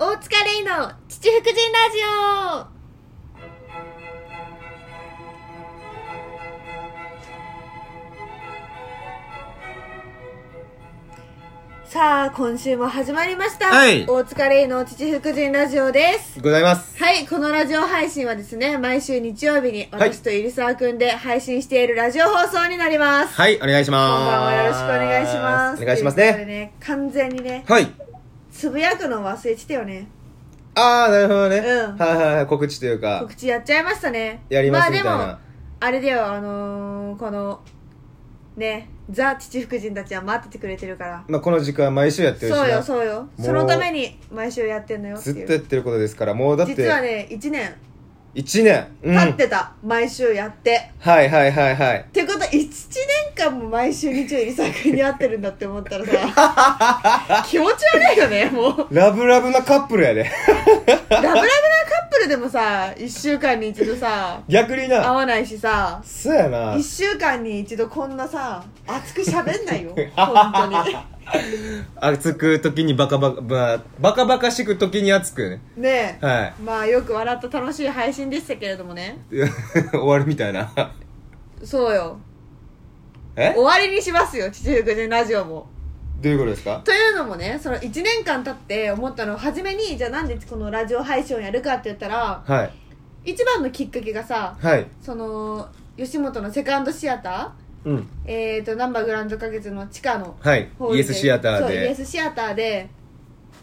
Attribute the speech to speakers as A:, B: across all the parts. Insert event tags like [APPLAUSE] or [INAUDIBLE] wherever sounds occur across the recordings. A: 大塚レイの父福神ラジオさあ今週も始まりました、
B: はい
A: 大塚レイの父福神ラジオです
B: ございます。
A: はいこのラジオ配信はですね毎週日曜日に
B: はい
A: 私と入沢くんで配信しているラジオ放送になります、
B: はい、お願いし
A: こん
B: ます。
A: ばんはよろしくお願いします
B: お願いします
A: ということで
B: ね。
A: ね完全にね
B: はい。
A: つぶやくの忘れてたよね
B: あー、なるほどね。
A: うん
B: はいはいはい、告知というか、
A: 告知やっちゃいましたね
B: やりますみたい
A: まあでも
B: な。
A: あれだよあのーこのねザ・父福神たちは待っててくれてるから
B: まあ、この時間毎週やってるしな。
A: そうよそうよ
B: う
A: そのために毎週やってんのよって
B: ず
A: い
B: っ
A: う
B: とやってることですから、もうだっ
A: 実は
B: て、
A: ね1年
B: 1年。うん。
A: 経ってた、毎週やって
B: はいはいはいはい。
A: ってことは1年間も毎週日曜入り作に会ってるんだって思ったらさ
B: [LAUGHS]
A: 気持ち悪いよねもう
B: ラブラブなカップルやで。 [LAUGHS]
A: ラブラブなカップルでもさ1週間に一度さ
B: 逆に
A: 会
B: な、
A: わないしさ
B: そうやな
A: 1。週間に一度こんなさ熱く喋んないよ本当に
B: 熱く時にバカバカ、まあ、バカバカしく時に熱くね。
A: ねえ、
B: はい。 [LAUGHS]
A: まあよく笑った楽しい配信でしたけれどもね
B: 終わるみたいな。
A: そうよ
B: え
A: 終わりにしますよ父福神ラジオも
B: どういうことですか
A: というのもねその1年間経って思ったの初めにじゃあなんでこのラジオ配信をやるかって言ったら
B: はい。
A: 一番のきっかけがさ
B: はい。
A: その吉本のセカンドシアタ
B: うん。
A: ーえっ、ー、となんばグランド花月の地下の
B: はい
A: ホ。ール
B: イ
A: で
B: エスシアター
A: そうイエ
B: で。
A: スシアターで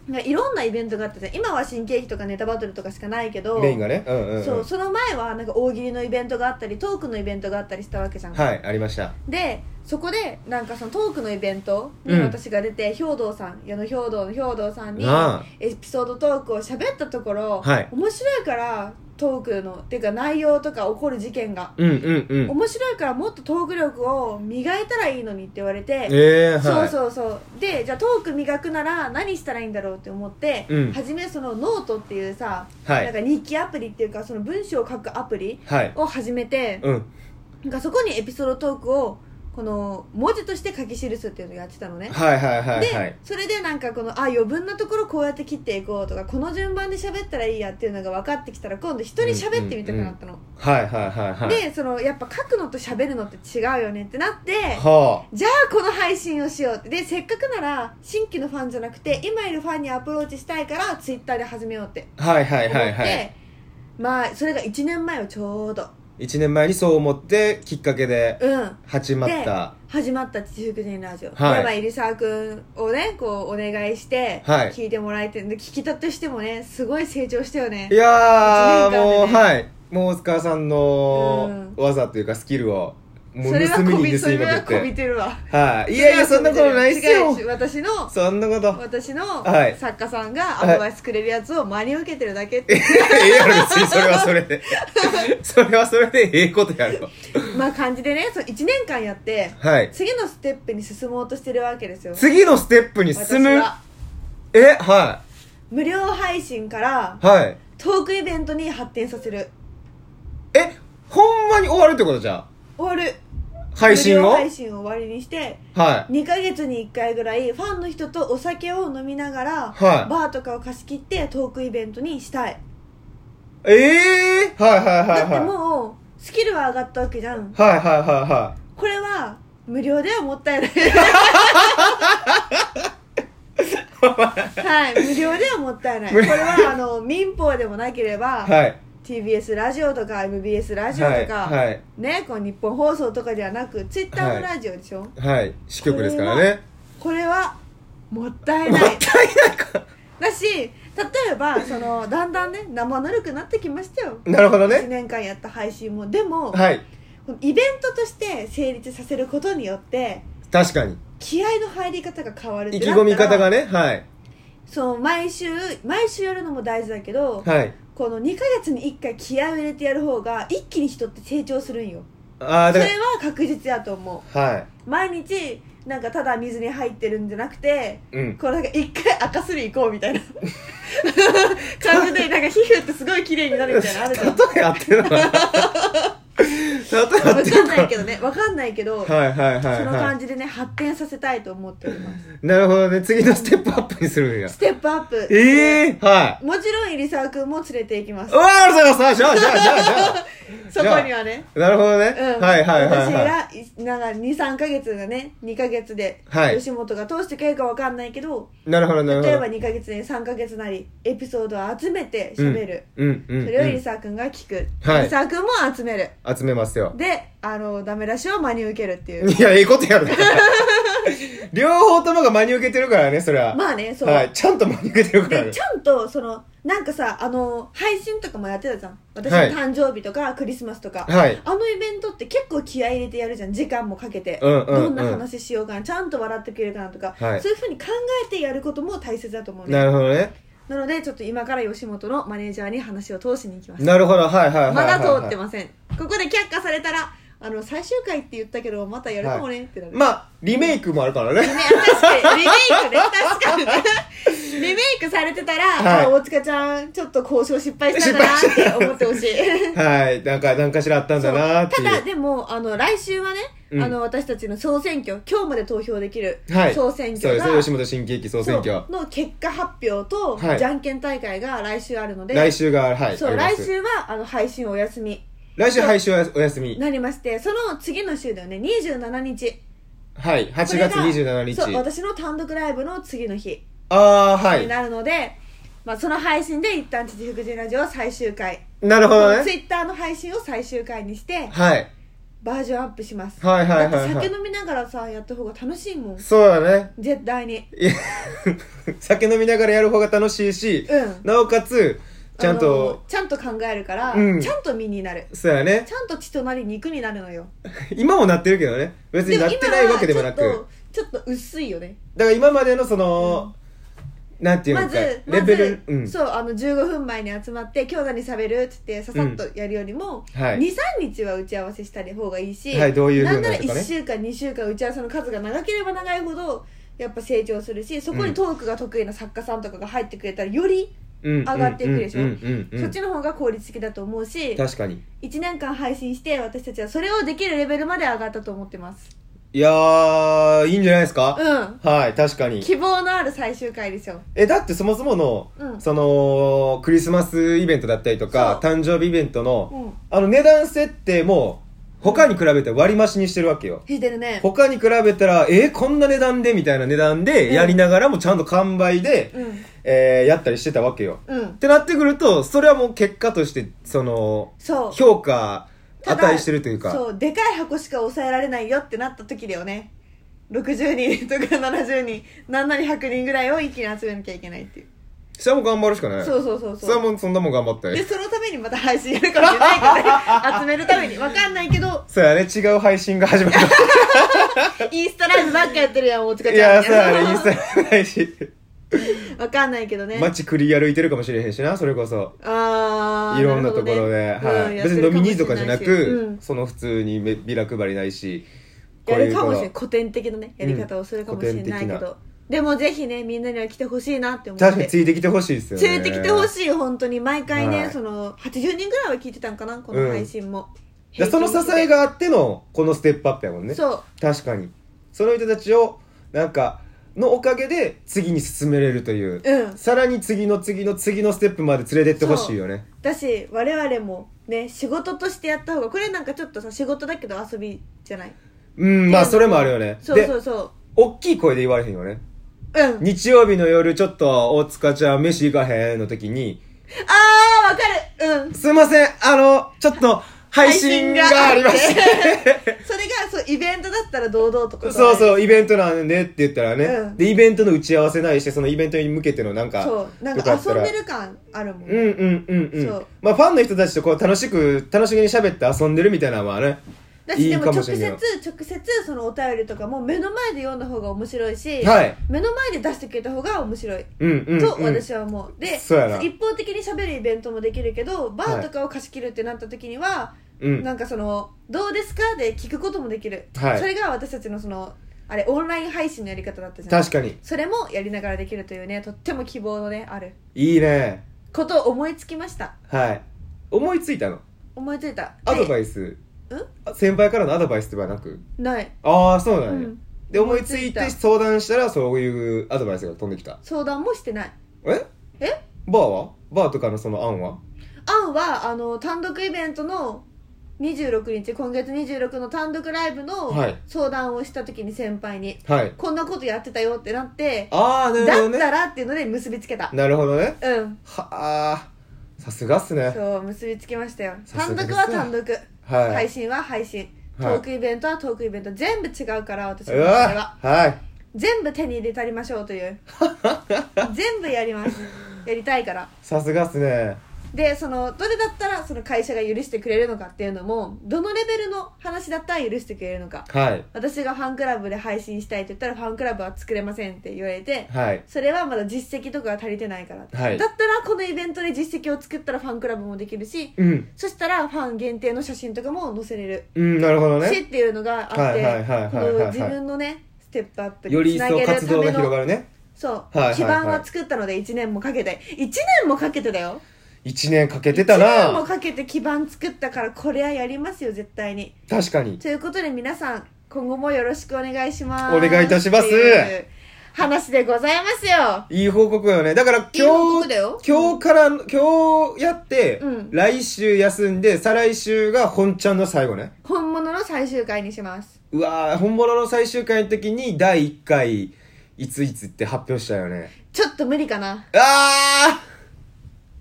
A: なんかいろんなイベントがあったじゃん今は新喜劇とかネタバトルとかしかないけど
B: メインがね。うんうん、うん。
A: そうその前はなんか大喜利のイベントがあったりトークのイベントがあったりしたわけじゃん、
B: はい、ありました。
A: でそこでなんかそのトークのイベント
B: う
A: に
B: ん
A: 私が出て、兵道さん矢野兵道の兵道さんに
B: ああ
A: エピソードトークを喋ったところ、
B: はい
A: 面白いからトークのっていうか内容とか起こる事件が、
B: うんうんうん。
A: 面白いからもっとトーク力を磨いたらいいのにって言われて、
B: ええー、
A: そ
B: は
A: う
B: い。
A: そうそうでじゃあトーク磨くなら何したらいいんだろうって思って、
B: うん
A: 初めそのノートっていうさ、
B: は
A: なん
B: い。
A: か日記アプリっていうかその文章を書くアプリ
B: はい。
A: を始めて、
B: うん。
A: なんかそこにエピソードトークをこの文字として書き記すっていうのをやってたのね、
B: はいはいはいは
A: で
B: い。
A: それでなんかこのあ余分なところこうやって切っていこうとかこの順番で喋ったらいいやっていうのが分かってきたら今度人に喋ってみたくなったの、
B: はいはいはいはい。、
A: でそのやっぱ書くのと喋るのって違うよねってなって、
B: は
A: じゃあこの配信をしようってでせっかくなら新規のファンじゃなくて今いるファンにアプローチしたいからツイッターで始めようって
B: あ。はいはい
A: 思っ
B: は
A: て、
B: いはい。
A: まあそれが1年前をちょうど
B: 一年前にそう思って、きっかけで
A: うん
B: 始まった。
A: 始まった「父福神ラジオ」
B: はい
A: でまあ入澤君をねこうお願いして
B: はい
A: 聞いてもらえて、で聞き手としてもねすごい成長したよね
B: いやー、
A: 一年間でね
B: もう、はい。もう大塚さんの
A: う
B: 技というかスキルを、もう
A: それは
B: 盗み
A: こび
B: に
A: そ
B: 盗み
A: れ
B: ま
A: は
B: く
A: こ
B: っ
A: び
B: て。
A: てるわ
B: はい。いやいや、そんなことないっす
A: 違う
B: よ
A: し。私の
B: そんなこと。 [LAUGHS]
A: 私の
B: はい
A: 作家さんがアドバイスくれるやつを真に受けてるだけっていう
B: ええやろ、別にそれはそれ
A: [LAUGHS]
B: で。それはそれでええことやろ。
A: まあ感じでねそう1年間やって
B: はい。
A: 次のステップに進もうとしてるわけですよ
B: 次のステップに進む
A: 私は
B: えは
A: 無料配信から
B: いはい
A: トークイベントに発展させる
B: えほんまに終わるってことじゃ
A: 終わる
B: あ配信
A: 無料
B: をは
A: 配
B: い
A: 信を終わりにして
B: は
A: 2ヶ月に1回ぐらいファンの人とお酒を飲みながら、
B: い
A: バーとかを貸し切ってトークイベントにしたい
B: ええー、はいはいはい
A: だっ
B: は
A: て
B: い
A: もうスキルは上がったわけじゃん
B: はいはいはいは
A: これは無料ではもったい
B: [LAUGHS]
A: ないはい無料ではもったいないこれはあの民法でもなければ、
B: いはい
A: TBS ラジオとか MBS ラジオと
B: はい
A: か、
B: はい
A: ねこう日本放送とかではなくツイッターのラジオでしょ、
B: はい支局ですからね
A: これはもったい
B: も
A: な
B: った
A: い [LAUGHS]
B: いないか
A: だし例えばそのだんだんね生ぬるくなってきましたよ
B: なるほど
A: 1
B: ね
A: 年間やった配信もでも、
B: はい
A: このイベントとして成立させることによって
B: 確かに
A: 気合の入り方が変わるって
B: 意
A: なっ
B: 気
A: たら
B: 込み方がねはい
A: そう毎週毎週やるのも大事だけど、
B: はい
A: この2ヶ月に1回気合を入れてやる方が一気に人って成長するんよ
B: ああ
A: そ
B: だ
A: れ
B: か
A: は確実やと思
B: らは
A: う毎日なんかただ水に入ってるんじゃなくて
B: いうん
A: こうなんか一回赤すり行こうみ
B: [LAUGHS]
A: たいな [LAUGHS] 感じでなんか皮膚ってすごい綺麗になるみたいなのあるじゃん
B: 例え合ってるのかな例えば
A: わかんないけどねわかんないけど、
B: はいはいはい
A: その
B: は
A: 感じでね発展させたいと思っております
B: いなるほどね次のステップアップにするんや
A: ステップアップ
B: ええはい
A: もちろん入沢君も連れて行きます
B: うわありがとうございますあじゃあじゃあじゃあじゃあ
A: そこにはね
B: なるほどね、
A: うん、
B: はいはいはいはい
A: 私がなんか23か月がね2か月で、
B: はい
A: 吉本が通してくれるかわかんないけど
B: なるほどなるほど
A: 例えば2か月で3か月なりエピソードを集めて喋る、
B: うんうん、うん、
A: それを入沢君が聞く、
B: はい
A: 入沢君も集める
B: 集めますよ
A: であのダメ出しを真に受けるっていう
B: いやええことや
A: [LAUGHS]
B: るな両方ともが真に受けてるからねそれは、
A: まあねそう、
B: はい、ちゃんと真に受けてるから
A: で
B: ね
A: ちゃんとそのなんかさあの配信とかもやってたじゃん私の
B: はい
A: 誕生日とかクリスマスとか、
B: はい
A: あのイベントって結構気合い入れてやるじゃん時間もかけて、
B: うんうんうん
A: どんな話しようかなちゃんと笑ってくれるかなとか、
B: はい
A: そういうふうに考えてやることも大切だと思うね
B: なるほどね
A: なのでちょっと今から吉本のマネージャーに話を通しに行きます
B: なるほどはいはいはいはい、はい、
A: まだ通ってませんここで却下されたらあの最終回って言ったけどまたやるかもねってなる、
B: まあリメイクもあるからね
A: ね、確かにリメイクね確かにねリメイクされてたら、
B: はい
A: あ大塚ちゃんちょっと交渉失敗したんだなって思ってほしい
B: はいなんか何かしらあったんだなーって
A: た
B: いう
A: だでもあの来週はね、
B: うん
A: あの私たちの総選挙今日まで投票できる
B: はい
A: 総選
B: そう
A: 挙
B: で
A: が、
B: すね吉本新喜劇総選挙
A: そうの結果発表と、
B: はい
A: じゃんけん大会が来週あるので
B: 来週がはい
A: そう
B: あり
A: 来
B: ます
A: 週はあの配信お休み
B: 来週配信はお休み
A: なりましてその次の週だよね27日
B: はい8
A: これが
B: 月27
A: そう
B: 日
A: 私の単独ライブの次の日
B: ああーは
A: に
B: い
A: なるので、まあ、その配信で一旦父福神ラジオ最終回、
B: なるほど
A: ツ
B: ね
A: イッターの配信を最終回にして
B: はい
A: バージョンアップします、
B: はいはいはい
A: だっ
B: は
A: て
B: い
A: 酒飲みながらさやった方が楽しいもん
B: そうだね
A: 絶対に
B: いや [LAUGHS] 酒飲みながらやる方が楽しいし、
A: うん
B: なおかつちゃん
A: あの
B: と
A: ちゃんと考えるから、
B: うん
A: ちゃんと身になる
B: そうやね
A: ちゃんと血となり肉になるのよ
B: 今もなってるけどね別になってないわけでもなく
A: ちょっとちょっと薄いよね
B: だから今までのその、なんていう
A: ま
B: のか
A: ずま
B: レ
A: ず
B: ベル、うん、
A: そうあの15分前に集まって「今日何喋る?」っつってささっとやるよりも、
B: うんはい
A: 23日は打ち合わせしたり方がいいし、
B: はいどういう
A: な
B: 風
A: んな
B: な
A: ら
B: のとか
A: 1
B: ね
A: 週間2週間打ち合わせの数が長ければ長いほどやっぱ成長するしそこにトークが得意な作家さんとかが入ってくれたらより、
B: 上
A: がっていくでしょ
B: うんうんうんうん
A: そっちの方が効率的だと思うし
B: 確かに
A: 1年間配信して私たちはそれをできるレベルまで上がったと思ってます
B: いやーいいんじゃないですか、
A: うん
B: はい確かに
A: 希望のある最終回ですよ
B: えだってそもそもの、
A: うん
B: そのクリスマスイベントだったりとか誕生日イベントの、
A: うん
B: あの値段設定も他に比べて割増しにしてるわけよ、
A: 弾いてるね
B: 他に比べたらえーこんな値段でみたいな値段でやりながらもちゃんと完売で、
A: うん
B: えーやったりしてたわけよ
A: うん
B: ってなってくるとそれはもう結果としてその
A: そう
B: 評価
A: ただ
B: 値してるというか
A: そうでかい箱しか抑えられないよってなった時だよね60人とか70人なんなり100人ぐらいを一気に集めなきゃいけないっていう、
B: それはもう頑張るしかない
A: そうそうそう
B: それは
A: そう
B: もうそんなもん頑張っ
A: で
B: て
A: そのためにまた配信やるかもし
B: [LAUGHS]
A: れないからね集めるためにわかんないけど
B: そうやね違う配信が始ま
A: [LAUGHS]
B: る
A: インスタライブばっかやってるやん大塚
B: い
A: ちゃ
B: や
A: ん
B: そうやねインスタないし
A: [LAUGHS] わかんないけどね
B: 街繰り歩いてるかもしれへんしなそれこそ
A: あー
B: いろんなところで、
A: るほどね
B: は
A: うん
B: い、
A: やっ
B: 別
A: て
B: に
A: る
B: 飲みにとかじゃな
A: もしれいし
B: く、
A: うん
B: その普通にめビラ配りないし
A: やるかもしれ
B: こう
A: な
B: いう
A: い古典的なねやり方をするかもしれないけ
B: うん古典
A: どでもぜひねみんなには来てほしいなって思って
B: 確かについてきてほしいですよね
A: 連れてきてほしい本当に毎回ね、
B: はい
A: その80人ぐらいは聞いてたんかなこの配信も、
B: だからその支えがあってのこのステップアップやもんね
A: そう
B: 確かにその人たちをなんかのおかげで次に進めれるという、
A: うん
B: さらに次の次の次のステップまで連れてってほしいよね
A: だし我々もね仕事としてやった方がこれなんかちょっとさ仕事だけど遊びじゃないう
B: うんまあそれもあるよね
A: そうそう
B: で
A: そ
B: 大きい声で言われへんよね
A: ううん
B: 日曜日の夜ちょっと大塚ちゃん飯行かへんの時に
A: あーわかるうん
B: すいません、あの、ちょっと、配信がありまして。
A: それが [LAUGHS] そうイベントだったら堂々と
B: そう
A: う
B: そう、イベントなんでって言ったらね、
A: うん
B: で、イベントの打ち合わせないし、そのイベントに向けてのなんか、
A: そうなん
B: よか
A: か
B: った
A: 遊ん
B: ら
A: でる感あるもん、
B: うんうんうんう
A: そ
B: ん
A: う。
B: まあ、ファンの人たちとこう、楽しく、楽しげに喋って遊んでるみたいなのはね、
A: だし
B: いい
A: でも
B: か
A: 直
B: もし
A: 接
B: れない
A: 直。接そのお便りとかも目の前で読んだ方が面白いし、
B: はい
A: 目の前で出してくれた方が面白い
B: うんうん、うん。
A: と私は思う、で
B: そうやな
A: 一方的に喋るイベントもできるけどバーとかを貸し切るってなった時には、
B: うん。
A: なんかその「どうですか?」で聞くこともできる、
B: はい
A: それが私たちのそのあれオンライン配信のやり方だったじゃん
B: 確かに。
A: それもやりながらできるというねとっても希望のねある
B: いいね。
A: ことを思いつきました
B: はい。思いついたの。
A: 思いついた
B: アド
A: で
B: バイスあ先輩からのアドバイスではなく
A: ない、
B: ああそう
A: う
B: なんや、
A: ん、
B: で思いついて相談したらそういうアドバイスが飛んできた
A: 相談もしてない
B: え
A: え
B: バーはバーとかのその案は
A: アンはあの単独イベントの26日今月26の単独ライブの
B: はい
A: 相談をした時に先輩に、
B: はい
A: こんなことやってたよってなって
B: ああなるほ
A: だ
B: ど
A: っ
B: ね
A: たらっていうので結びつけた
B: なるほどね
A: うん
B: はあさすがっすね
A: そう結びつけましたよ
B: さ
A: 単
B: すがです
A: 独
B: ね
A: は単独
B: はい、
A: 配信は配信ト
B: はい
A: ークイベントはトークイベント全部違うから私の
B: う
A: 中では
B: わはい
A: 全部手に入れたりましょうという
B: [LAUGHS]
A: 全部やりますやりたいから
B: さすがっすね
A: でそのどれだったらその会社が許してくれるのかっていうのもどのレベルの話だったら許してくれるのか
B: はい
A: 私がファンクラブで配信したいと言ったらファンクラブは作れませんって言われて
B: はい
A: それはまだ実績とかが足りてないから、
B: はい
A: だったらこのイベントで実績を作ったらファンクラブもできるし
B: うん
A: そしたらファン限定の写真とかも載せれる
B: うんなるほど
A: し
B: ね
A: っていうのがあっ
B: はいはいはい
A: てこ
B: はいはい
A: の自分のねステップアップ
B: よ
A: に
B: り
A: つ
B: 一
A: な
B: 層
A: げる
B: 活
A: た
B: 動
A: め
B: が広
A: の
B: がるね
A: そう
B: はいはいはい
A: 基盤は作ったので1年もかけて1年もかけてだよ
B: 1年かけて
A: 1
B: た
A: 年も
B: な
A: かけて基盤作ったからこれはやりますよ絶対に
B: 確かに
A: ということで皆さん今後もよろしくお願いします
B: お願いいたします
A: っていう話でございますよ
B: いい報告よねだから
A: いい報
B: 今
A: 告だ
B: 日
A: よ
B: 今日から今日やって、
A: うん
B: 来週休んで再来週が本ちゃんの最後ね
A: 本物の最終回にします
B: うわー本物の最終回の時に第1回いついつって発表したよね
A: ちょっと無理かな
B: ああ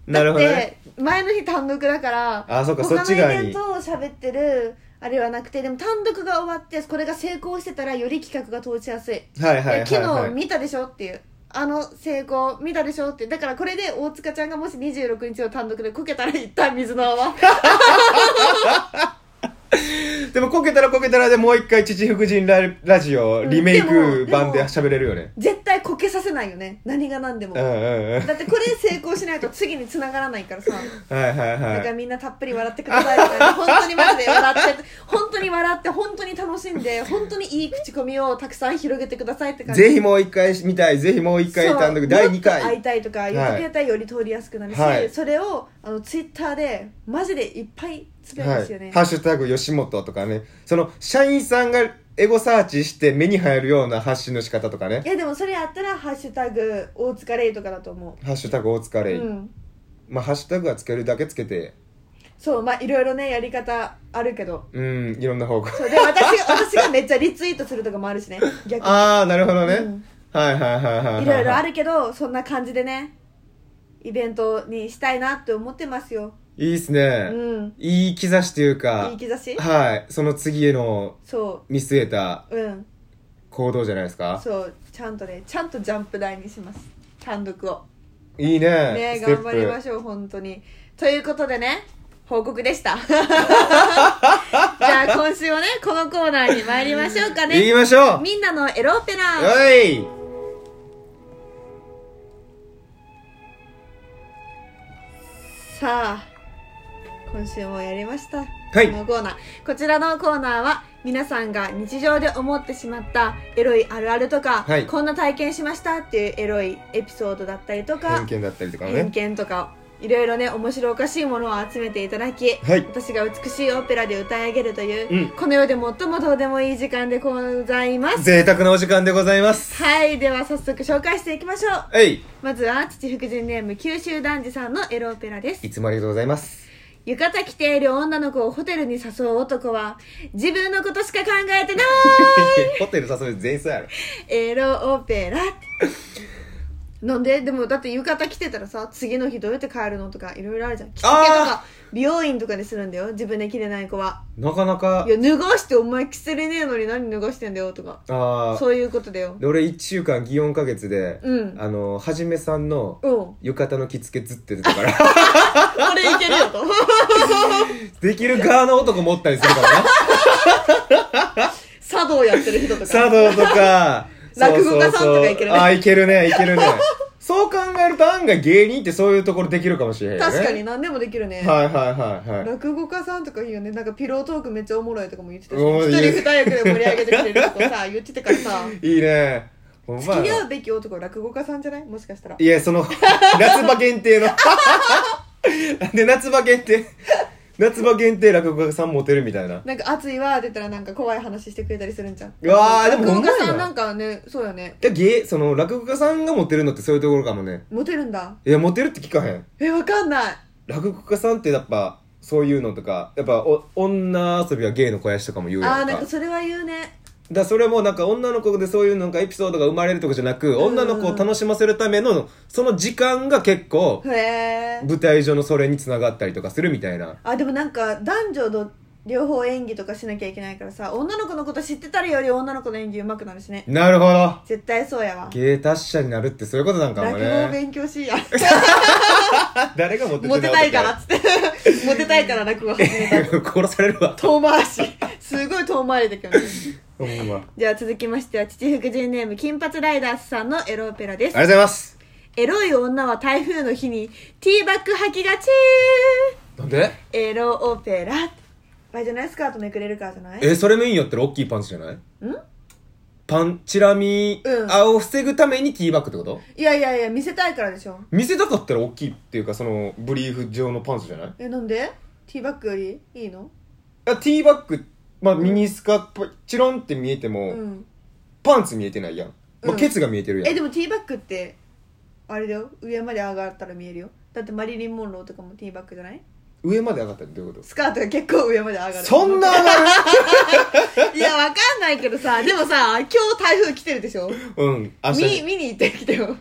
B: なるほど
A: だっ
B: ね
A: て前の日単独だから
B: あそうかそ
A: 他
B: っ
A: の
B: ち
A: イ
B: 側
A: ベ
B: に
A: ントを喋ってるあれはなくてでも単独が終わってこれが成功してたらより企画が通しやすい,で、
B: はいはいはい
A: 昨
B: は
A: 日
B: い
A: 見たでしょっていうあの成功見たでしょってだからこれで大塚ちゃんがもし26日の単独でこけたら一旦水の
B: [LAUGHS]
A: 泡
B: でもこけたらこけたらでもう一回父福神ララジオリメイク版で喋れるよね
A: 絶対こけさせないよね何が何でも
B: うんう
A: だ
B: んうん
A: ってこれ成功しないと次に繋がらないからさ
B: はいは
A: だ
B: い
A: から
B: は
A: みんなたっぷり笑ってくださいみたいな本当にマジで笑って本当に笑って本当に楽しんで本当にいい口コミをたくさん広げてくださいって
B: い
A: 感じ
B: ぜひもう一回見たいぜひもう一回単
A: そ
B: 独
A: う
B: 第2
A: もっと会
B: 回
A: いたいとか言ってくれたらより通りやすくなるし、
B: はい
A: それをあのツイッターでマジでいっぱいつぶやいて
B: は
A: ほしいよ
B: い
A: ね、
B: ハッシュタグ吉本とかねその社員さんがエゴサーチして目に入るような発信の仕方とかね
A: い、やでもそれやったら「ハッシュタグ大塚レイ」とかだと思
B: ハッシュタグ大塚
A: う、
B: レイ、
A: うん、
B: まあハッシュタグはつけるだけつけて
A: そうまあいろいろねやり方あるけど
B: うんいろんな方向
A: そうで
B: [LAUGHS]
A: 私が私がめっちゃリツイートするとかもあるしね逆に
B: ああなるほどね、
A: うん
B: はいはいはいはいはい
A: いろいろあ
B: る
A: るけどそんな感じでねイベントにしたいなって思ってますよ
B: いいっす
A: う
B: ね、
A: ん
B: いい兆しというか
A: いい兆し
B: はいその次への
A: そ
B: 見据えた
A: ううん
B: 行動じゃないですか
A: そうちゃんとねちゃんとジャンプ台にします単独を
B: いいね
A: ね
B: ステッ
A: 頑
B: プ
A: 張りましょう本当にということでね報告でした
B: [LAUGHS]
A: じゃあ今週もねこのコーナーに参りましょうか
B: 行き
A: ね
B: ましょう
A: みんなのエロオペラ
B: おい
A: さあ今週もやりました
B: はい
A: このコーナーこちらのコーナーは皆さんが日常で思ってしまったエロいあるあるとか、
B: はい
A: こんな体験しましたっていうエロいエピソードだったりとか
B: 偏見だったりとか
A: 偏
B: ね
A: 見とかいろいろね面白おかしいものを集めていただき、
B: はい
A: 私が美しいオペラで歌い上げるという、
B: うん
A: この世で最もどうでもいい時間でございます
B: 贅沢なお時間でございます
A: はいでは早速紹介していきましょう
B: はい
A: まずは父福神ネーム九州男児さんのエロオペラです
B: いつもありがとうございます [LAUGHS]
A: 浴衣着ている女の子をホテルに誘う男は自分のことしか考え
B: [LAUGHS]
A: てない
B: ホテル誘う全員そうやろ
A: エロオペラなんででもだって浴衣着てたらさ次の日どうやって帰るのとかいろいろあるじゃん着付けとか美容院とかでするんだよ自分で着れない子は
B: なかなか
A: いや脱がしてお前着せれねえのに何脱がしてんだよとか
B: ああ
A: そういうことだよ
B: 俺1週間祇園か月で、
A: うん
B: あのはじめさんの
A: うん
B: 浴衣の着付けずって出たから [LAUGHS]
A: これいけるよと [LAUGHS]
B: できる側の男もおったりするからな
A: 茶道やってる人と
B: 茶
A: か
B: 道と [LAUGHS] か
A: 落語家さんとかいけるね
B: そうそうそうあいけるねいけるねそう考えると案外芸人ってそういうところできるかもしれへんよね
A: 確かに何でもできるね、
B: はいはいはいはい
A: 落語家さんとかいいよねなんかピロートークめっちゃおもろいとかも言ってたし
B: おー
A: 一
B: いい
A: 人二役で盛り上げてくれるとかさ
B: [LAUGHS]
A: 言ってたからさ
B: いいねお
A: 付き
B: 前
A: 合うべき男は落語家さんじゃないもしかしたら
B: [LAUGHS] いやその夏場限定のなんで夏場限定夏場限定落語家さんモテるみたいな
A: なんか熱いわって言ったらなんか怖い話してくれたりするんじゃん
B: うわーでも
A: 落語家
B: ほん
A: さ
B: まやなん
A: なんかねそうよね
B: で芸その落語家さんがモテるのってそういうところかもね
A: モテるんだ
B: いやモテるって聞かへん
A: えわかんない
B: 落語家さんってやっぱそういうのとかやっぱお女遊びは芸の肥やしとかも言う
A: あ
B: や
A: ー
B: ん
A: なん
B: か
A: かそれは言うね
B: だからそれもなんか女の子でそういうなんかエピソードが生まれるとかじゃなく
A: うん
B: 女の子を楽しませるためのその時間が結構
A: へえ
B: 舞台上のそれにつながったりとかするみたいな
A: あでもなんか男女の両方演技とかしなきゃいけないからさ女の子のこと知ってたらより女の子の演技上手くなるしね
B: なるほど
A: 絶対そうやわ
B: 芸達者になるってそういうことなんか
A: 落
B: も
A: 語を
B: ね
A: 勉強
B: [LAUGHS]
A: しいや
B: 誰がモテてんの
A: モテたいからっつってモテたいから落語始めた
B: [LAUGHS] 殺されるわ
A: 遠回しすごい遠回りだけどね
B: ほんまありがとう
A: では続きましては父福神ネーム金髪ライダースさんのエロオペラです
B: ございます
A: エロい女は台風の日にティーバッグ履きがち
B: なんで
A: エロオペラあれじゃないスカートめくれるからじゃない
B: えそれメインやったら大きいパンチじゃないパンチラミ
A: うん
B: あを防ぐためにティーバッグってこと
A: いやいやいや見せたいからでしょ
B: 見せたかったら大きいっていうかそのブリーフ状のパンツじゃない
A: えなんでティーバッグよりいいの
B: あティーバッグ、まあ、ミニスカっぽいチロンって見えて
A: う
B: も、
A: ん
B: パンツ見えてないやん、ま
A: う
B: あ、
A: ん
B: ケツが見えてるやん、
A: えでもティーバッグってあれだよ上まで上がったら見えるよだってマリリン・モンローとかもティーバッグじゃない
B: 上まで上がったってどういうこと
A: スカートが結構上まで上がる
B: そんな
A: [LAUGHS]
B: 上がる
A: いやわかんないけどさでもさ今日台風来てるでしょ
B: うん明
A: 見
B: 日
A: 見に行ってきてよ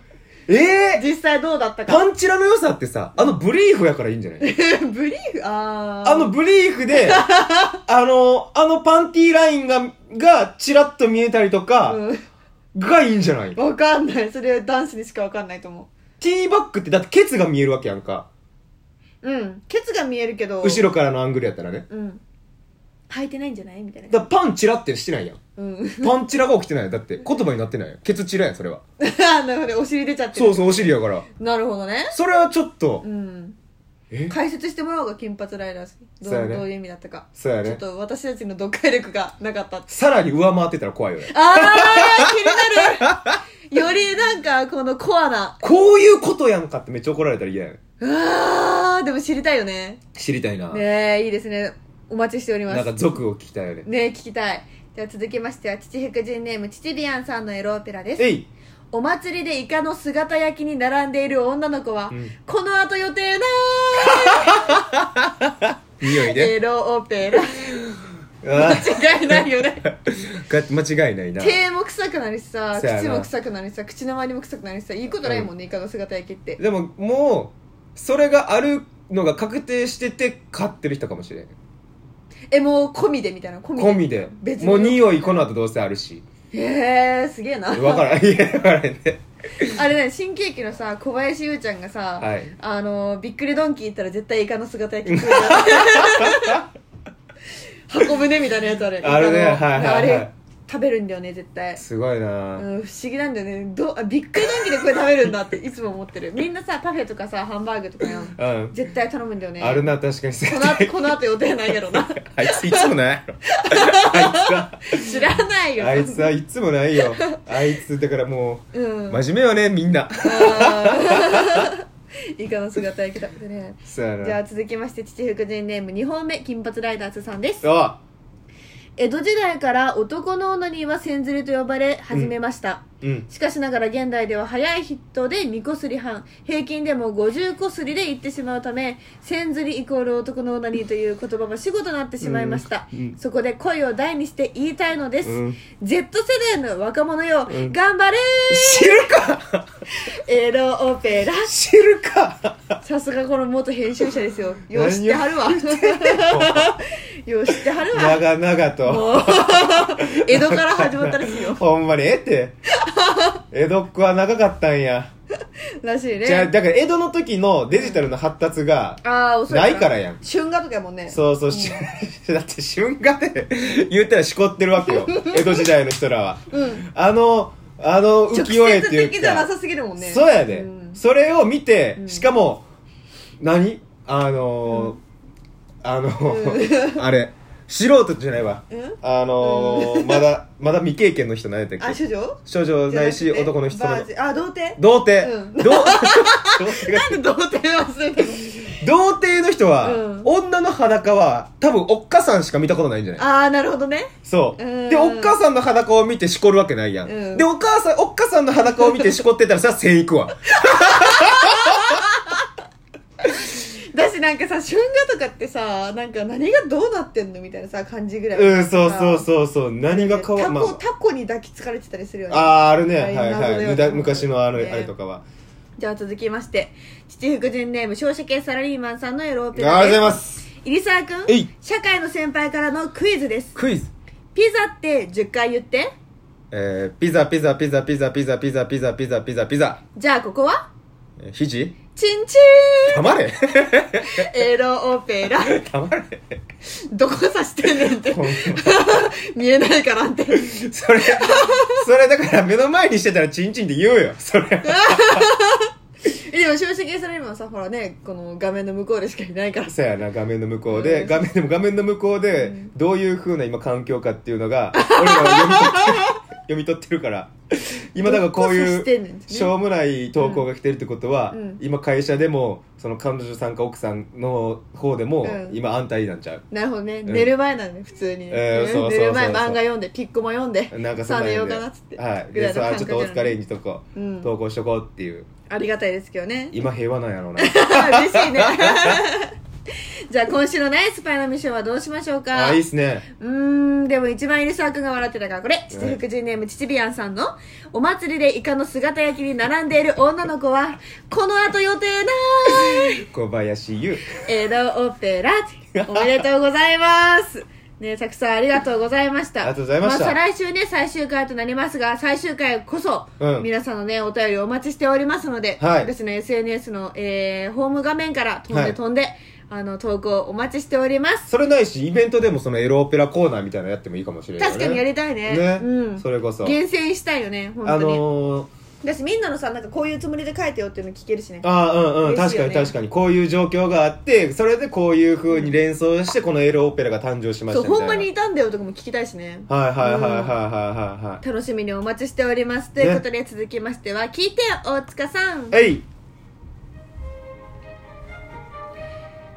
B: えー、
A: 実際どうだった
B: パ
A: か
B: ンチラの良さってさあのブリーフやからいいんじゃない
A: ブリーフあー
B: あのブリーフ
A: [LAUGHS]
B: であのあのパンティーラインががチラッと見えたりとか、
A: う
B: がいいんじゃない
A: んわかんないそれ男子にしかわかんないと思
B: ティーバッグってだってケツが見えるわけやんか
A: ううんケツが見えるけど
B: 後ろからのアングルやったらね
A: うん履いてないんじゃないみたいな
B: だからパンチラってしてないやん
A: うん [LAUGHS]
B: パンチラが起きてないよだって言葉になってないやんケツチラやんそれは
A: なるほどお尻出ちゃってる
B: そうそうお尻やから
A: なるほどね
B: それはちょっと
A: うん
B: え
A: 解説してもらおうか金髪ライダーズど
B: そうや
A: う,、
B: ね
A: どういう意味だったか、
B: そうや
A: ちょっ
B: ね
A: と私たちの読解力がなかったって
B: さらに上回ってたら怖いよね
A: あー気にな [LAUGHS] るよりなんかこのコアな
B: こういうことやんかってめっちゃ怒られたら嫌やね
A: あーでも知りたいよね
B: 知りたいな、
A: ねえいいですねお待ちしております
B: なんか族を聞きたいよね
A: ねえ聞きたいじゃあ続きましては父福神ネーム父ビアンさんのエロオペラです
B: えい
A: お祭りでイカの姿焼きに並んでいる女の子は、
B: うん
A: この後予定な
B: 匂い
A: いエ
B: ね
A: ロオペラ
B: あー
A: 間違いないよ
B: [LAUGHS]
A: ね
B: が間違いないな
A: 手も臭くなるしさ
B: そうやな
A: 口も臭くなるしさ口の周りも臭くなるしさいいことないもんね、イカの姿焼きって
B: でももうそれがあるのが確定してて買ってる人かもしれん
A: えもう込みでみたいな込みで
B: 込みで
A: 別に
B: もう匂いこの後どうせあるし
A: へえすげえな
B: 分からんいや分からんね
A: あれね新喜劇のさ小林優ちゃんがさ、
B: はい
A: あのびっくりドンキー行ったら絶対イカの姿焼き
B: [LAUGHS]
A: 食うから箱舟みたいなやつある
B: あるね
A: イカの
B: はいはいはい
A: あれ食べるんだよね絶対、
B: すごいな
A: うん、不
B: ぁ、
A: 思議なんだよねどあびっくりドンキーでこれ食べるんだっていつも思ってるみんなさパフェとかさハンバーグとかやん
B: うん
A: 絶対頼むんだよね
B: あるな確かに
A: この後この後予定ないやろ
B: [LAUGHS]
A: な
B: あいついつもな
A: [LAUGHS]
B: いやろあ
A: 知らない
B: いつ
A: よ
B: はあいつはいつもないよあいつだからも
A: うん
B: う真面目よねみんな
A: あーイカの姿焼き食べてね
B: そうやな
A: じゃあ続きまして父福神ネーム2本目金髪ライダースさんです
B: あ
A: 江戸時代から男の女には千鶴と呼ばれ始めました、
B: うん
A: しかしながら現代では早いヒットで2こすり半平均でも50こすりでいってしまうため千鶴イコール男の女にという言葉は死語となってしまいました、
B: うんうん
A: そこで恋を大にして言いたいのです、
B: うん
A: Z 世代の若者よ、
B: うん
A: 頑張れ
B: 知るか
A: エロオペラ
B: 知るか
A: さすがこの元編集者ですよよう知ってはるわよう知ってはるわ
B: 長々と
A: もう江戸から始まったらしいよ
B: ほんまにええって江戸っ子は長かったんや
A: らしいね
B: じゃあだから江戸の時のデジタルの発達が
A: ああ遅い
B: ないからやん
A: 春画とかやもんね
B: そうそう、し [LAUGHS] だって春画で [LAUGHS] 言ったらしこってる
A: [LAUGHS]
B: わけよ江戸時代の人らは
A: うん
B: あのあの浮
A: 直
B: 世絵っ
A: 接
B: ていうか
A: 的じゃなさすぎるもんね
B: そうやで、
A: ん
B: それを見て、
A: うん
B: しかも何あのーあのーあれ素人じゃないわ
A: うん
B: あのーまだまだ未経験の人何やった
A: あ
B: っけ
A: 処女
B: 少女ないし
A: じゃくて
B: 男の人
A: バ
B: の
A: ージあ童貞
B: [LAUGHS] 童貞、
A: うん
B: 童童貞が
A: なんで童貞忘れてる
B: 童貞の人は、
A: うん
B: 女の裸は多分おっかさんしか見たことないんじゃない
A: [LAUGHS] ああなるほどね
B: そう、
A: うん
B: でおっかさんの裸を見てしこるわけないやん、
A: うん
B: でお母さんおっかさんの裸を見てしこってたらさ線いくわ
A: だしなんかさ春画とかってさなんか何がどうなってんのみたいなさ感じぐらい
B: うんそうそ
A: [LAUGHS]
B: う
A: う
B: そうそう何が変わ
A: タ
B: ま
A: コタコに抱きつかれてたりするよね
B: ああーあるね
A: あ
B: は
A: あい
B: いうは
A: 謎
B: い
A: だよ
B: むだ昔のあの、
A: ね
B: あれとかは
A: じゃあ続きまして父福神ネーム小社系サラリーマンさんのエロオ
B: あり
A: ペ
B: がと
A: ラ
B: うござい
A: で
B: ます
A: す入澤く
B: え
A: ん
B: い
A: 社会の先輩からのクイズです
B: クイズ
A: ピザって10回言って
B: えー、ピザピザピザピザピザピザピザピザピザピザ
A: じゃあここは
B: えー肘
A: チンチ
B: 黙れ [LAUGHS]
A: ーンエロオペラ
B: 黙れ
A: どこ刺してんねんって
B: ほんま
A: 見えないからって
B: それそれだから目の前にしてたらチンチンって言うよそれ
A: えでも正直サラリーマンさほらねこの画面の向こうでしかいないからさ
B: そやな画面の向こうで、
A: うん
B: 画面でも画面の向こうで、
A: うん
B: どういう風な今環境かっていうのが俺らは読み取って [LAUGHS] 読み取ってるから今だからこ
A: ど
B: う
A: こ刺してん
B: い
A: ねん
B: う
A: ってね
B: しょうもない投稿が来てるってことは、
A: うん
B: 今会社でもその彼女さんか奥さんの方でも、
A: うん
B: 今安泰なんちゃう
A: なるほどね、
B: ん
A: 寝る前なんで普通に、ね
B: えーそうそうそうそう
A: 寝る前漫画読んでピッコマ読んで
B: なんかそ
A: さ
B: ん
A: あ
B: なん
A: 寝
B: や
A: よ
B: ん
A: う
B: で
A: かなっつって、
B: はい
A: ぐら
B: で
A: いの
B: さあ
A: 感
B: ちょっ
A: 覚
B: とお疲れに
A: なの
B: とこ、
A: うん
B: 投稿しとこうっていう
A: ありがたいですけどね
B: 今平和なんやろう
A: [LAUGHS]
B: な
A: 嬉しいねじゃあ今週のナイスパイのミッションはどうしましょうか
B: あいいっすね
A: うーんでも一番入沢君が笑ってたからこれ父福神ネーム父ビアンさんのお祭りでイカの姿焼きに並んでいる女の子
B: [LAUGHS]
A: はこの後予定ない
B: 小林優
A: エロオペラおめでとうございますねたくさんありがとうございました
B: ありがとうございました
A: あ、再来週ね最終回となりますが最終回こそ、
B: うん
A: 皆さんのねお便りお待ちしておりますので、
B: はい
A: 私の SNS の、えーホーム画面から飛ん
B: は
A: で
B: い
A: 飛んで、あの投稿お待ちしております
B: それないしイベントでもそのエロオペラコーナーみたいなのやってもいいかもしれない、
A: 確かにやりたいね
B: ね、
A: うん
B: それこそ
A: 厳選したいよね本当
B: あ
A: に、
B: のー、
A: だしみんなのさなんかこういうつもりで書いてよっていうの聞けるしね
B: ああうんうん、
A: です
B: 確
A: よ
B: か
A: ね
B: に確かにこういう状況があってそれでこういう風に連想してこのエロオペラが誕生しまし
A: そう
B: たみたいな
A: ほんまにいたんだよとかも聞きたいしね
B: はいはいはいはいはいは
A: 楽しみにお待ちしておりますということで、続きましては聞いてよ大塚さん
B: いはいえい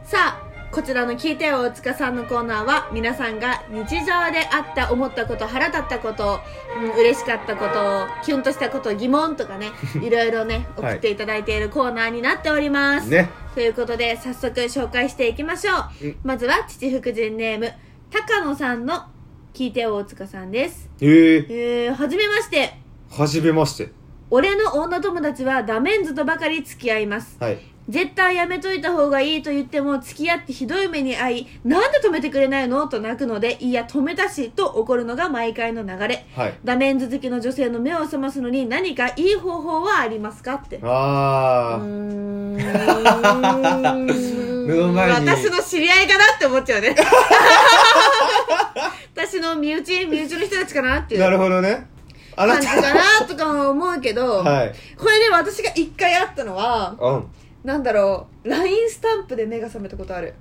A: さあこちらの「聞いてよ大塚さん」のコーナーは皆さんが日常であった思ったこと腹立ったこと、うん、嬉しかったことキュンとしたこと疑問とか
B: [LAUGHS]
A: ねいろいろね送
B: はい
A: っていただいているコーナーになっております、
B: ね
A: ということで早速紹介していきましょう、
B: うん
A: まずは父福神ネーム高野さんの「聞いてよ大塚さん」です
B: ええ
A: えー、はじめまして
B: はじめまして
A: 俺の女友達はダメンズとばかり付き合います
B: はい
A: 絶対やめといた方がいいと言っても付き合ってひどい目に遭いなんで止めてくれないのと泣くのでいや止めたしと怒るのが毎回の流れ
B: はい
A: ダメンズ好きの女性の目を覚ますのに何かいい方法はありますかって
B: あ
A: うー
B: ー、
A: ん
B: [LAUGHS] 目の前に
A: 私の知り合いかなって思っちゃうね
B: [LAUGHS]
A: 私の身内身内の人たちかなっていう
B: なるほどねあな
A: 感じ
B: た
A: かなとかも思うけど、
B: [LAUGHS] はい
A: これで私が一回会ったのは
B: うん
A: なんだろう LINE スタンプで目が覚めたことある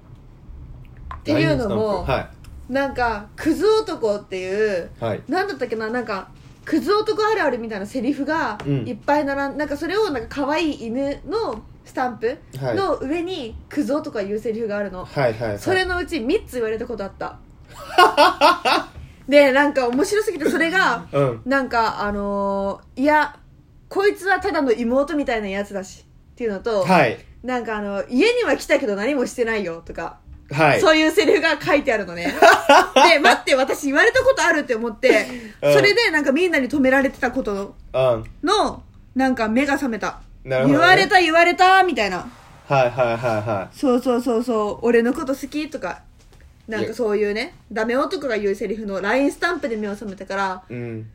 A: っていうのも、
B: は
A: なんか「クズ男」っていう
B: いはい
A: なんだったっけななんかクズ男あるあるみたいなセリフが
B: うん
A: いっぱい並ん、なんかそれをなんか可愛い犬のスタンプ
B: はい
A: の上に「クズ男」いうセリフがあるの、
B: はいはいはい
A: それのうち3つ言われたことあったでなんか面白すぎてそれが
B: うん
A: なんかあのーいやこいつはただの妹みたいなやつだしっていうのと、
B: はい
A: なんかあの家には来たけど何もしてないよとか、
B: はい
A: そういうセリフが書いてあるの
B: [LAUGHS]
A: ねで待って私言われたことあるって思って
B: うん
A: それでなんかみんなに止められてたこと
B: うん
A: のなんか目が覚めた、
B: なるほどね
A: 言われた言われたみたいな
B: はいはいはいは
A: そうそうそうそう俺のこと好きとかなん
B: い
A: か
B: や
A: そういうねダメ男が言うセリフの LINE スタンプで目を覚めたから
B: いうん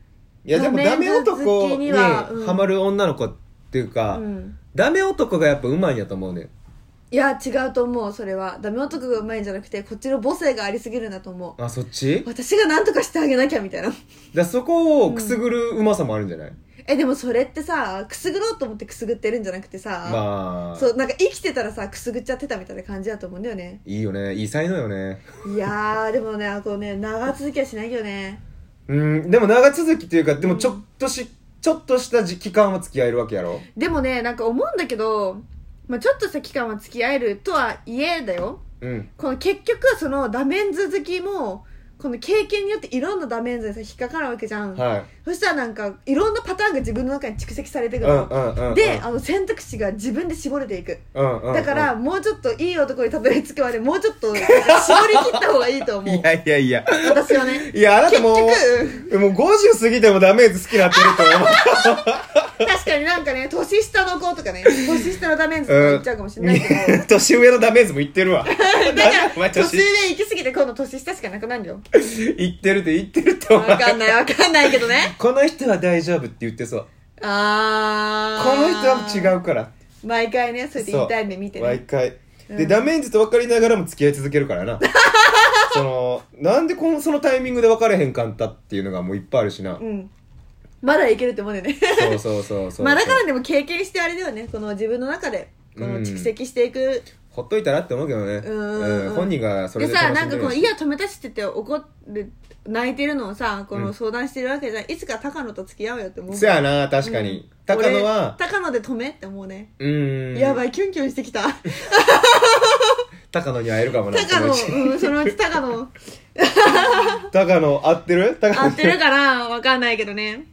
B: いやでも
A: ダ
B: ダ
A: メ
B: メ
A: 好
B: 男
A: きに
B: に
A: はうん
B: ハマる女の子っていうか、
A: うん
B: ダメ男がやっぱうまいんやと思うねん
A: いや違うと思うそれはダメ男がうまいんじゃなくてこっちの母性がありすぎるんだと思う
B: あそっち
A: 私が何とかしてあげなきゃみたいな
B: だそこをくすぐるうまさもあるんじゃない、
A: えでもそれってさくすぐろうと思ってくすぐってるんじゃなくてさ、
B: まあ
A: そうなんか生きてたらさくすぐっちゃってたみたいな感じだと思うんだよね
B: いいよねいい才能よね
A: いやーでもねあこうね長続きはしないよね
B: うんでも長続きっていうかでもちょっとし、ちょっとした時期間は付き合えるわけやろ
A: でもねなんか思うんだけどまあ、ちょっとした期間は付き合えるとはいえだよ
B: うん
A: この結局そのダメンズ好きもこの経験によっていろんなダメンズにさ引っかかるわけじゃん、
B: はい
A: そしたらなんかいろんなパターンが自分の中に蓄積されてく
B: う
A: る
B: ん
A: の、
B: うんうんうん
A: であの選択肢が自分で絞れていく
B: うんうんうん
A: だからもうちょっといい男にたどり着くまでもうちょっと絞り切った方がいいと思う
B: いやいやいや
A: 私はね
B: いやあなた
A: 結
B: も
A: 局
B: うもう50過ぎてもダメージ好きになってると思う
A: 確かになんかね年下の子と
B: [LAUGHS]
A: かね年下のダメンズとか言っちゃうかもしれないけど、
B: 年上のダメージも言ってるわ
A: [LAUGHS] だから
B: [LAUGHS] お前
A: 年
B: 年
A: 上行き過ぎて今度年下しかなくなるよ
B: 言ってるって言ってるってお
A: わ
B: 前
A: かんないわかんないけど
B: [LAUGHS]
A: ね
B: この人は大丈夫って言ってそうこ
A: ああ
B: の人は違うから
A: う毎回ねそうやって
B: そう
A: 痛い目見て
B: 毎
A: ね
B: 回
A: う
B: で
A: ん
B: ダメージと分かりながらも付き合い続けるから
A: [LAUGHS]
B: なそのなんでこのそのタイミングで別れへんかったっていうのがもういっぱいあるしな
A: うんまだいけるって思うよね
B: そうそうそうそう
A: まあだからでも経験してあれだよねこの自分の中でこの蓄積していく、
B: ほっといたらって思うけどね
A: うんうんうん
B: 本人がそれ
A: で
B: で
A: さ
B: 楽
A: な
B: し
A: ん
B: ん
A: か
B: で
A: この「
B: る
A: いや止めたし」って言って怒る泣いてるのをさこ
B: う
A: の
B: ん
A: 相談してるわけじゃん、いつか高野と付き合うよって思う
B: そやな確か
A: うん
B: に高野は
A: 俺高野で止めって思うね、
B: うーん
A: やばいキュンキュンしてきた
B: 高野に会えるかもな
A: 高
B: そのうち
A: 野うんそのうち高野
B: [LAUGHS] 高野合ってる高野
A: 合ってるかなわかんないけどね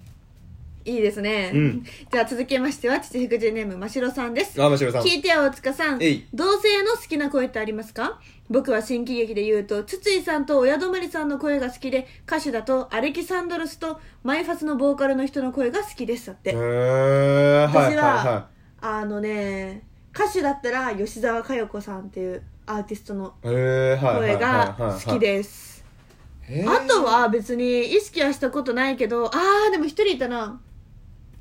A: いいですね、
B: うん
A: じゃあ続きましては父福神ネームましろさんです
B: あ、ましろさん。
A: 聞いてよ大塚さん
B: えい
A: 同性の好きな声ってありますか僕は新喜劇で言うと筒井さんと親泊さんの声が好きで歌手だとアレキサンドロスとマイファスのボーカルの人の声が好きですだって、
B: へーはい
A: 私
B: は
A: はい
B: は
A: あのね歌手だったら吉沢佳代子さんっていうアーティストの
B: い。へーはいはいはいはい。
A: 声が好きです
B: へー。
A: あとは別に意識はしたことないけどあーでも一人いたな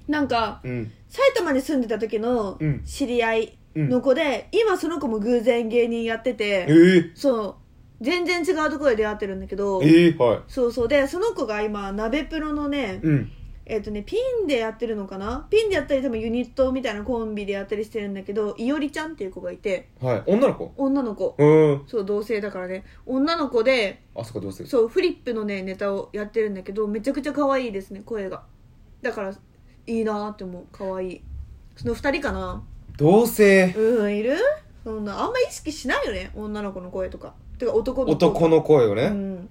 A: なんか
B: うん。
A: 埼玉に住んでた時の
B: うん
A: 知り合いの子で、今その子も偶然芸人やってて、
B: えー
A: そう全然違うところで出会ってるんだけど、
B: えーはい。
A: そうそうでその子が今鍋プロのね、
B: うん。
A: えっ、とねピンでやってるのかなピンでやったり多分ユニットみたいなコンビでやったりしてるんだけどいおりちゃんっていう子がいて
B: はい。女の子
A: 女の子、
B: うん。
A: そう同性だからね女の子で
B: あそこどうする
A: そうフリップのねネタをやってるんだけどめちゃくちゃ可愛いですね声がだからいいなーって思う可愛いその2人かな
B: 同性、
A: うんいるそんなあんま意識しないよね女の子の声とかてか男の子
B: 男の声よ
A: う
B: ね。
A: ん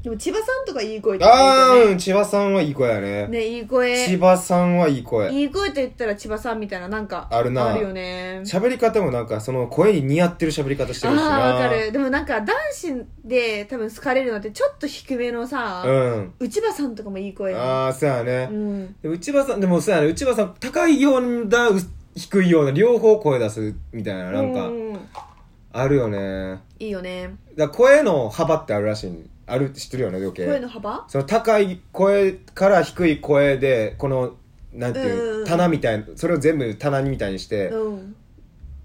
A: でも千葉さんとかいい声って言
B: あ
A: う
B: ー
A: よ
B: う
A: ね
B: ん、千葉さんはいい子やね。
A: ねいい声
B: 千葉さんはいい声。
A: いい声って言ったら千葉さんみたいななんか
B: あるな
A: あるよね
B: 喋り方もなんか、その声に似合ってる喋り方して
A: ああ
B: るしな。
A: ーわかるでもなんか男子で多分好かれるのってちょっと低めのさ、
B: うん。
A: 内葉さんとかもいい声だね
B: あー、そうや
A: う
B: ね。
A: ん
B: でも内葉さん、でもそうやね。内葉さん、高いような、う低いような、両方声出すみたいな、なんか
A: う、ん
B: あるよね。
A: いいよね
B: だから声の幅ってあるらしいある知ってるよね余計
A: 声の幅
B: その高い声から低い声でこのなんて
A: うんうん
B: いううん棚みたいなそれを全部棚みたいにして、
A: うん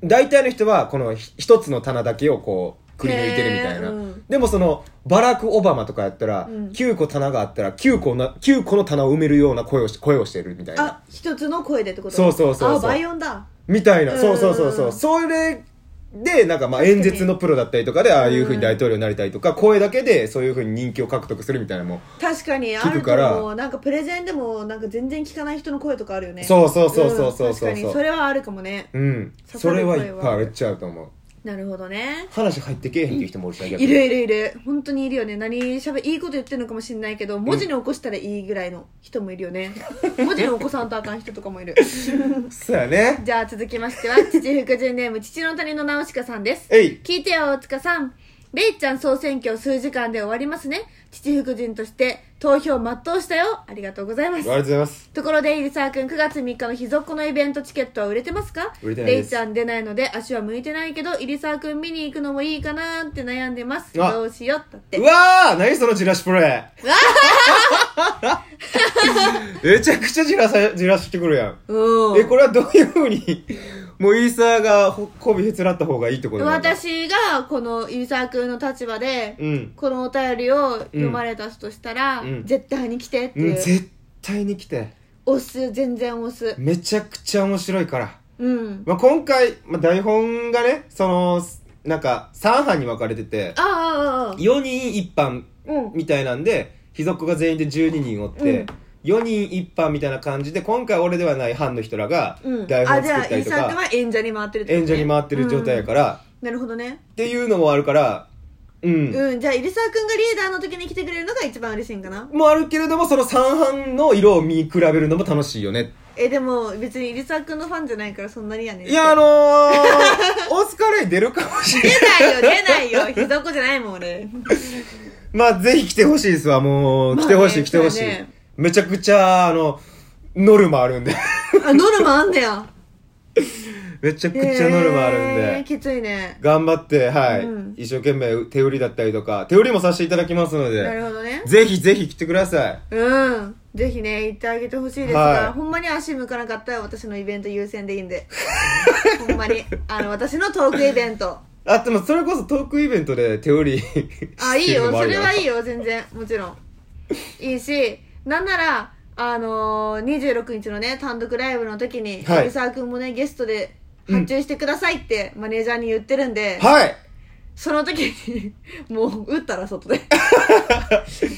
B: 大体の人はこのひ一つの棚だけをこうくり抜いてるみたいな、
A: へーうん
B: でもそのバラク・オバマとかやったら、
A: うん
B: 9個棚があったら9個な9個の棚を埋めるような声をし声をしてるみたいな
A: あ一つの声でってこと
B: そうそうそうそう
A: あ倍音だ
B: みたいな、
A: うん
B: そうそうそうそうそれでなんかまあ演説のプロだったりとかでああいうふうに大統領になりたいとか、声だけでそういうふうに人気を獲得するみたいなのも
A: 確かにあ
B: 聞
A: る
B: く
A: と
B: から
A: 思うなんかプレゼンでもなんか全然聞かない人の声とかあるよね
B: そうそうそうそうそうそ
A: ん確
B: う
A: か
B: そ
A: に
B: う
A: それはあるかもね
B: うん
A: 刺
B: そ
A: さる
B: れ
A: 声は
B: はいっぱいめっちゃあると思う
A: なるほどね
B: 話入ってけえへんっていう人もおるしな逆に
A: いるいるいる本当にいるよね何しゃべいいこと言ってるのかもしれないけど文字に起こしたらいいぐらいの人もいるよ
B: [LAUGHS]
A: ね文字に起こさんとあかん人とかもいる
B: そうやね
A: じゃあ続きましては父福神ネーム父の谷のナウシカさんです
B: えい
A: 聞いてよ大塚さんレイちゃん総選挙数時間で終わりますね父福神として投票全うしたよありがとうございま
B: あり
A: す
B: がとうございます
A: ところで入澤君9月3日の秘蔵っ子のイベントチケットは売れてますか
B: 売れてないです
A: レイちゃん出ないので足は向いてないけど入澤君見に行くのもいいかなーって悩んでます
B: あ
A: どうしようだって
B: うわー何そのじらしプ
A: [LAUGHS]
B: レイめちゃくちゃじらさじらしてくるやん
A: うん
B: えこれはどういうふうにもうイーサーがほこびへつらった方がいいってことなの
A: 私がこの入澤君の立場で、
B: うん、
A: このお便りを読まれた人としたら、
B: うん
A: 絶対に来てって
B: う
A: いう、
B: ん、絶対に来て
A: 押す全然押す
B: めちゃくちゃ面白いから、
A: うん
B: まあ、今回、まあ、台本がねそのなんか3班に分かれてて
A: ああああああ
B: 4人1班
A: うん
B: みたいなんで、秘族が全員で12人おって、 4人一班みたいな感じで今回俺ではない班の人らが
A: うん
B: 台
A: あ
B: 本
A: じゃ
B: 作っ
A: あ
B: たり
A: イ
B: と
A: サ
B: か
A: クは演者に回ってるってことね
B: 演者に回ってる状態やから、
A: なるほどね
B: っていうのもあるからうん、
A: うんじゃあ入澤君がリーダーの時に来てくれるのが一番嬉しいんかな
B: もあるけれどもその三班の色を見比べるのも楽しいよね
A: えでも別に入澤君のファンじゃないからそんなにやねん
B: いやあのー、
A: [LAUGHS]
B: オスカーに出るかもしれない
A: 出ないよ
B: [LAUGHS]
A: 出ないよひざこじゃないもん俺
B: まあぜひ来てほしいですわもう、
A: まあね
B: 来てほしい来てほしい、
A: そうやね
B: めちゃくちゃあのノルマあ
A: [LAUGHS]
B: るんで
A: あノルマあんだよ
B: めちゃくちゃノルマあるん
A: へー
B: で
A: きついね
B: 頑張ってはい、
A: うん
B: 一生懸命手売りだったりとか手売りもさせていただきますの
A: な
B: で
A: るほどね
B: ぜひぜひ来てください
A: うんぜひね行ってあげてほしいですが、
B: はい
A: ほんまに足向かなかったら私のイベント優先でいいんでほんまにあの私のトークイベント
B: あでもそれこそトークイベントで手売り
A: [LAUGHS] あいいよそれはいい
B: い
A: よ全然もちろんいいしなんならあのー、26日のね単独ライブの時に
B: はい
A: 藤沢君もねゲストで発注してくださいって、マネージャーに言ってるんで、
B: はい
A: その時に [LAUGHS] もう打ったら外
B: [LAUGHS]
A: で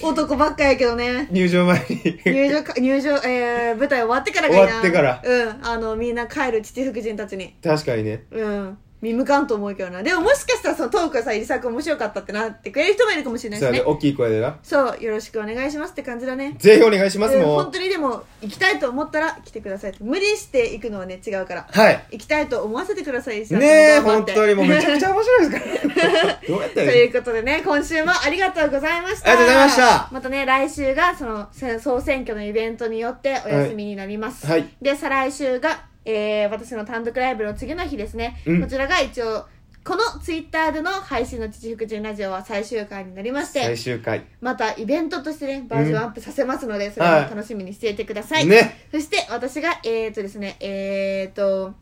A: 男ばっかやけどね
B: 入場前に
A: [LAUGHS] 入場か
B: [LAUGHS]
A: 入場えー、舞台終わってからがいいな
B: 終わってから
A: うんあのみんな帰る父福神たちに
B: 確かにね
A: うん見向かんと思うけどなでももしかしたらそのトークがさ入澤君面白かったってなってくれる人もいるかもしれないし
B: そうや
A: ね
B: ね大きい声でな
A: そうよろしくお願いしますって感じだね
B: ぜひお願いします
A: うん
B: も
A: 本
B: う
A: 当にでも行きたいと思ったら来てくださいって無理して行くのはね違うから
B: はい
A: 行きたいと思わせてください
B: ねえ [LAUGHS] 本当にもうめちゃくち
A: ゃ
B: ゃ面白いですから
A: [LAUGHS]
B: どうやった
A: と
B: らいい
A: いうことでね今週もありがとうございました
B: ありがとうございました
A: またね来週がそのせ総選挙のイベントによってお休みになります、
B: はい
A: で再来週が、えー私の単独ライブの次の日ですね、
B: うん
A: こちらが一応このツイッターでの配信の父福神ラジオは最終回になりまして
B: 最終回
A: またイベントとしてねバージョンアップさせますので、それも楽しみにしていてください、
B: ね
A: そして私がえっ、ー、とですねえっ、ー、と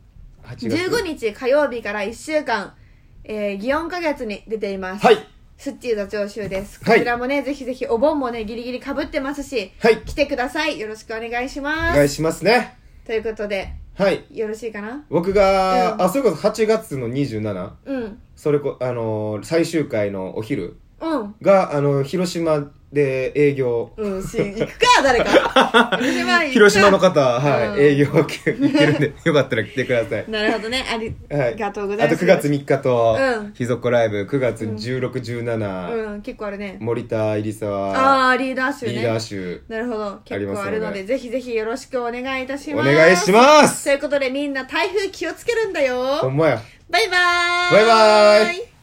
B: 8
A: 15日火曜日から1週間えー、祇園花月に出ています。
B: はい
A: スッチー座長集です。こ
B: はい
A: ちらもね、ぜひぜひお盆もね、ギリギリ被ってますし、
B: はい
A: 来てください。よろしくお願いしま
B: お
A: す。
B: 願いしますね
A: ということで、
B: はい
A: よろしいかな
B: 僕が、
A: うん
B: あそれこそ8月の27
A: うん。
B: それこあのー最終回のお昼
A: うん。
B: があの広島で営業
A: うん、し、行くか、誰
B: [LAUGHS]
A: か。広島行くか
B: 広島の方はい、
A: うん
B: 営業行けるんで [LAUGHS] よかったら来てください
A: なるほどね。あり
B: は
A: ありがとうござい
B: あ
A: ます。
B: と9月3日と、
A: うん
B: ひぞこライブ9月1617、
A: うん、結構あるね。
B: 森田入沢
A: ああーリーダー集ね
B: リーダー集
A: なるほど
B: あ
A: 結
B: りますので
A: 構あるのでぜひぜひよろしくお願いいたし
B: お
A: ます
B: 願いします
A: ということでみんな台風気をつけるんだ
B: ほ
A: よ
B: んまや
A: バイバーイ
B: バイバーイ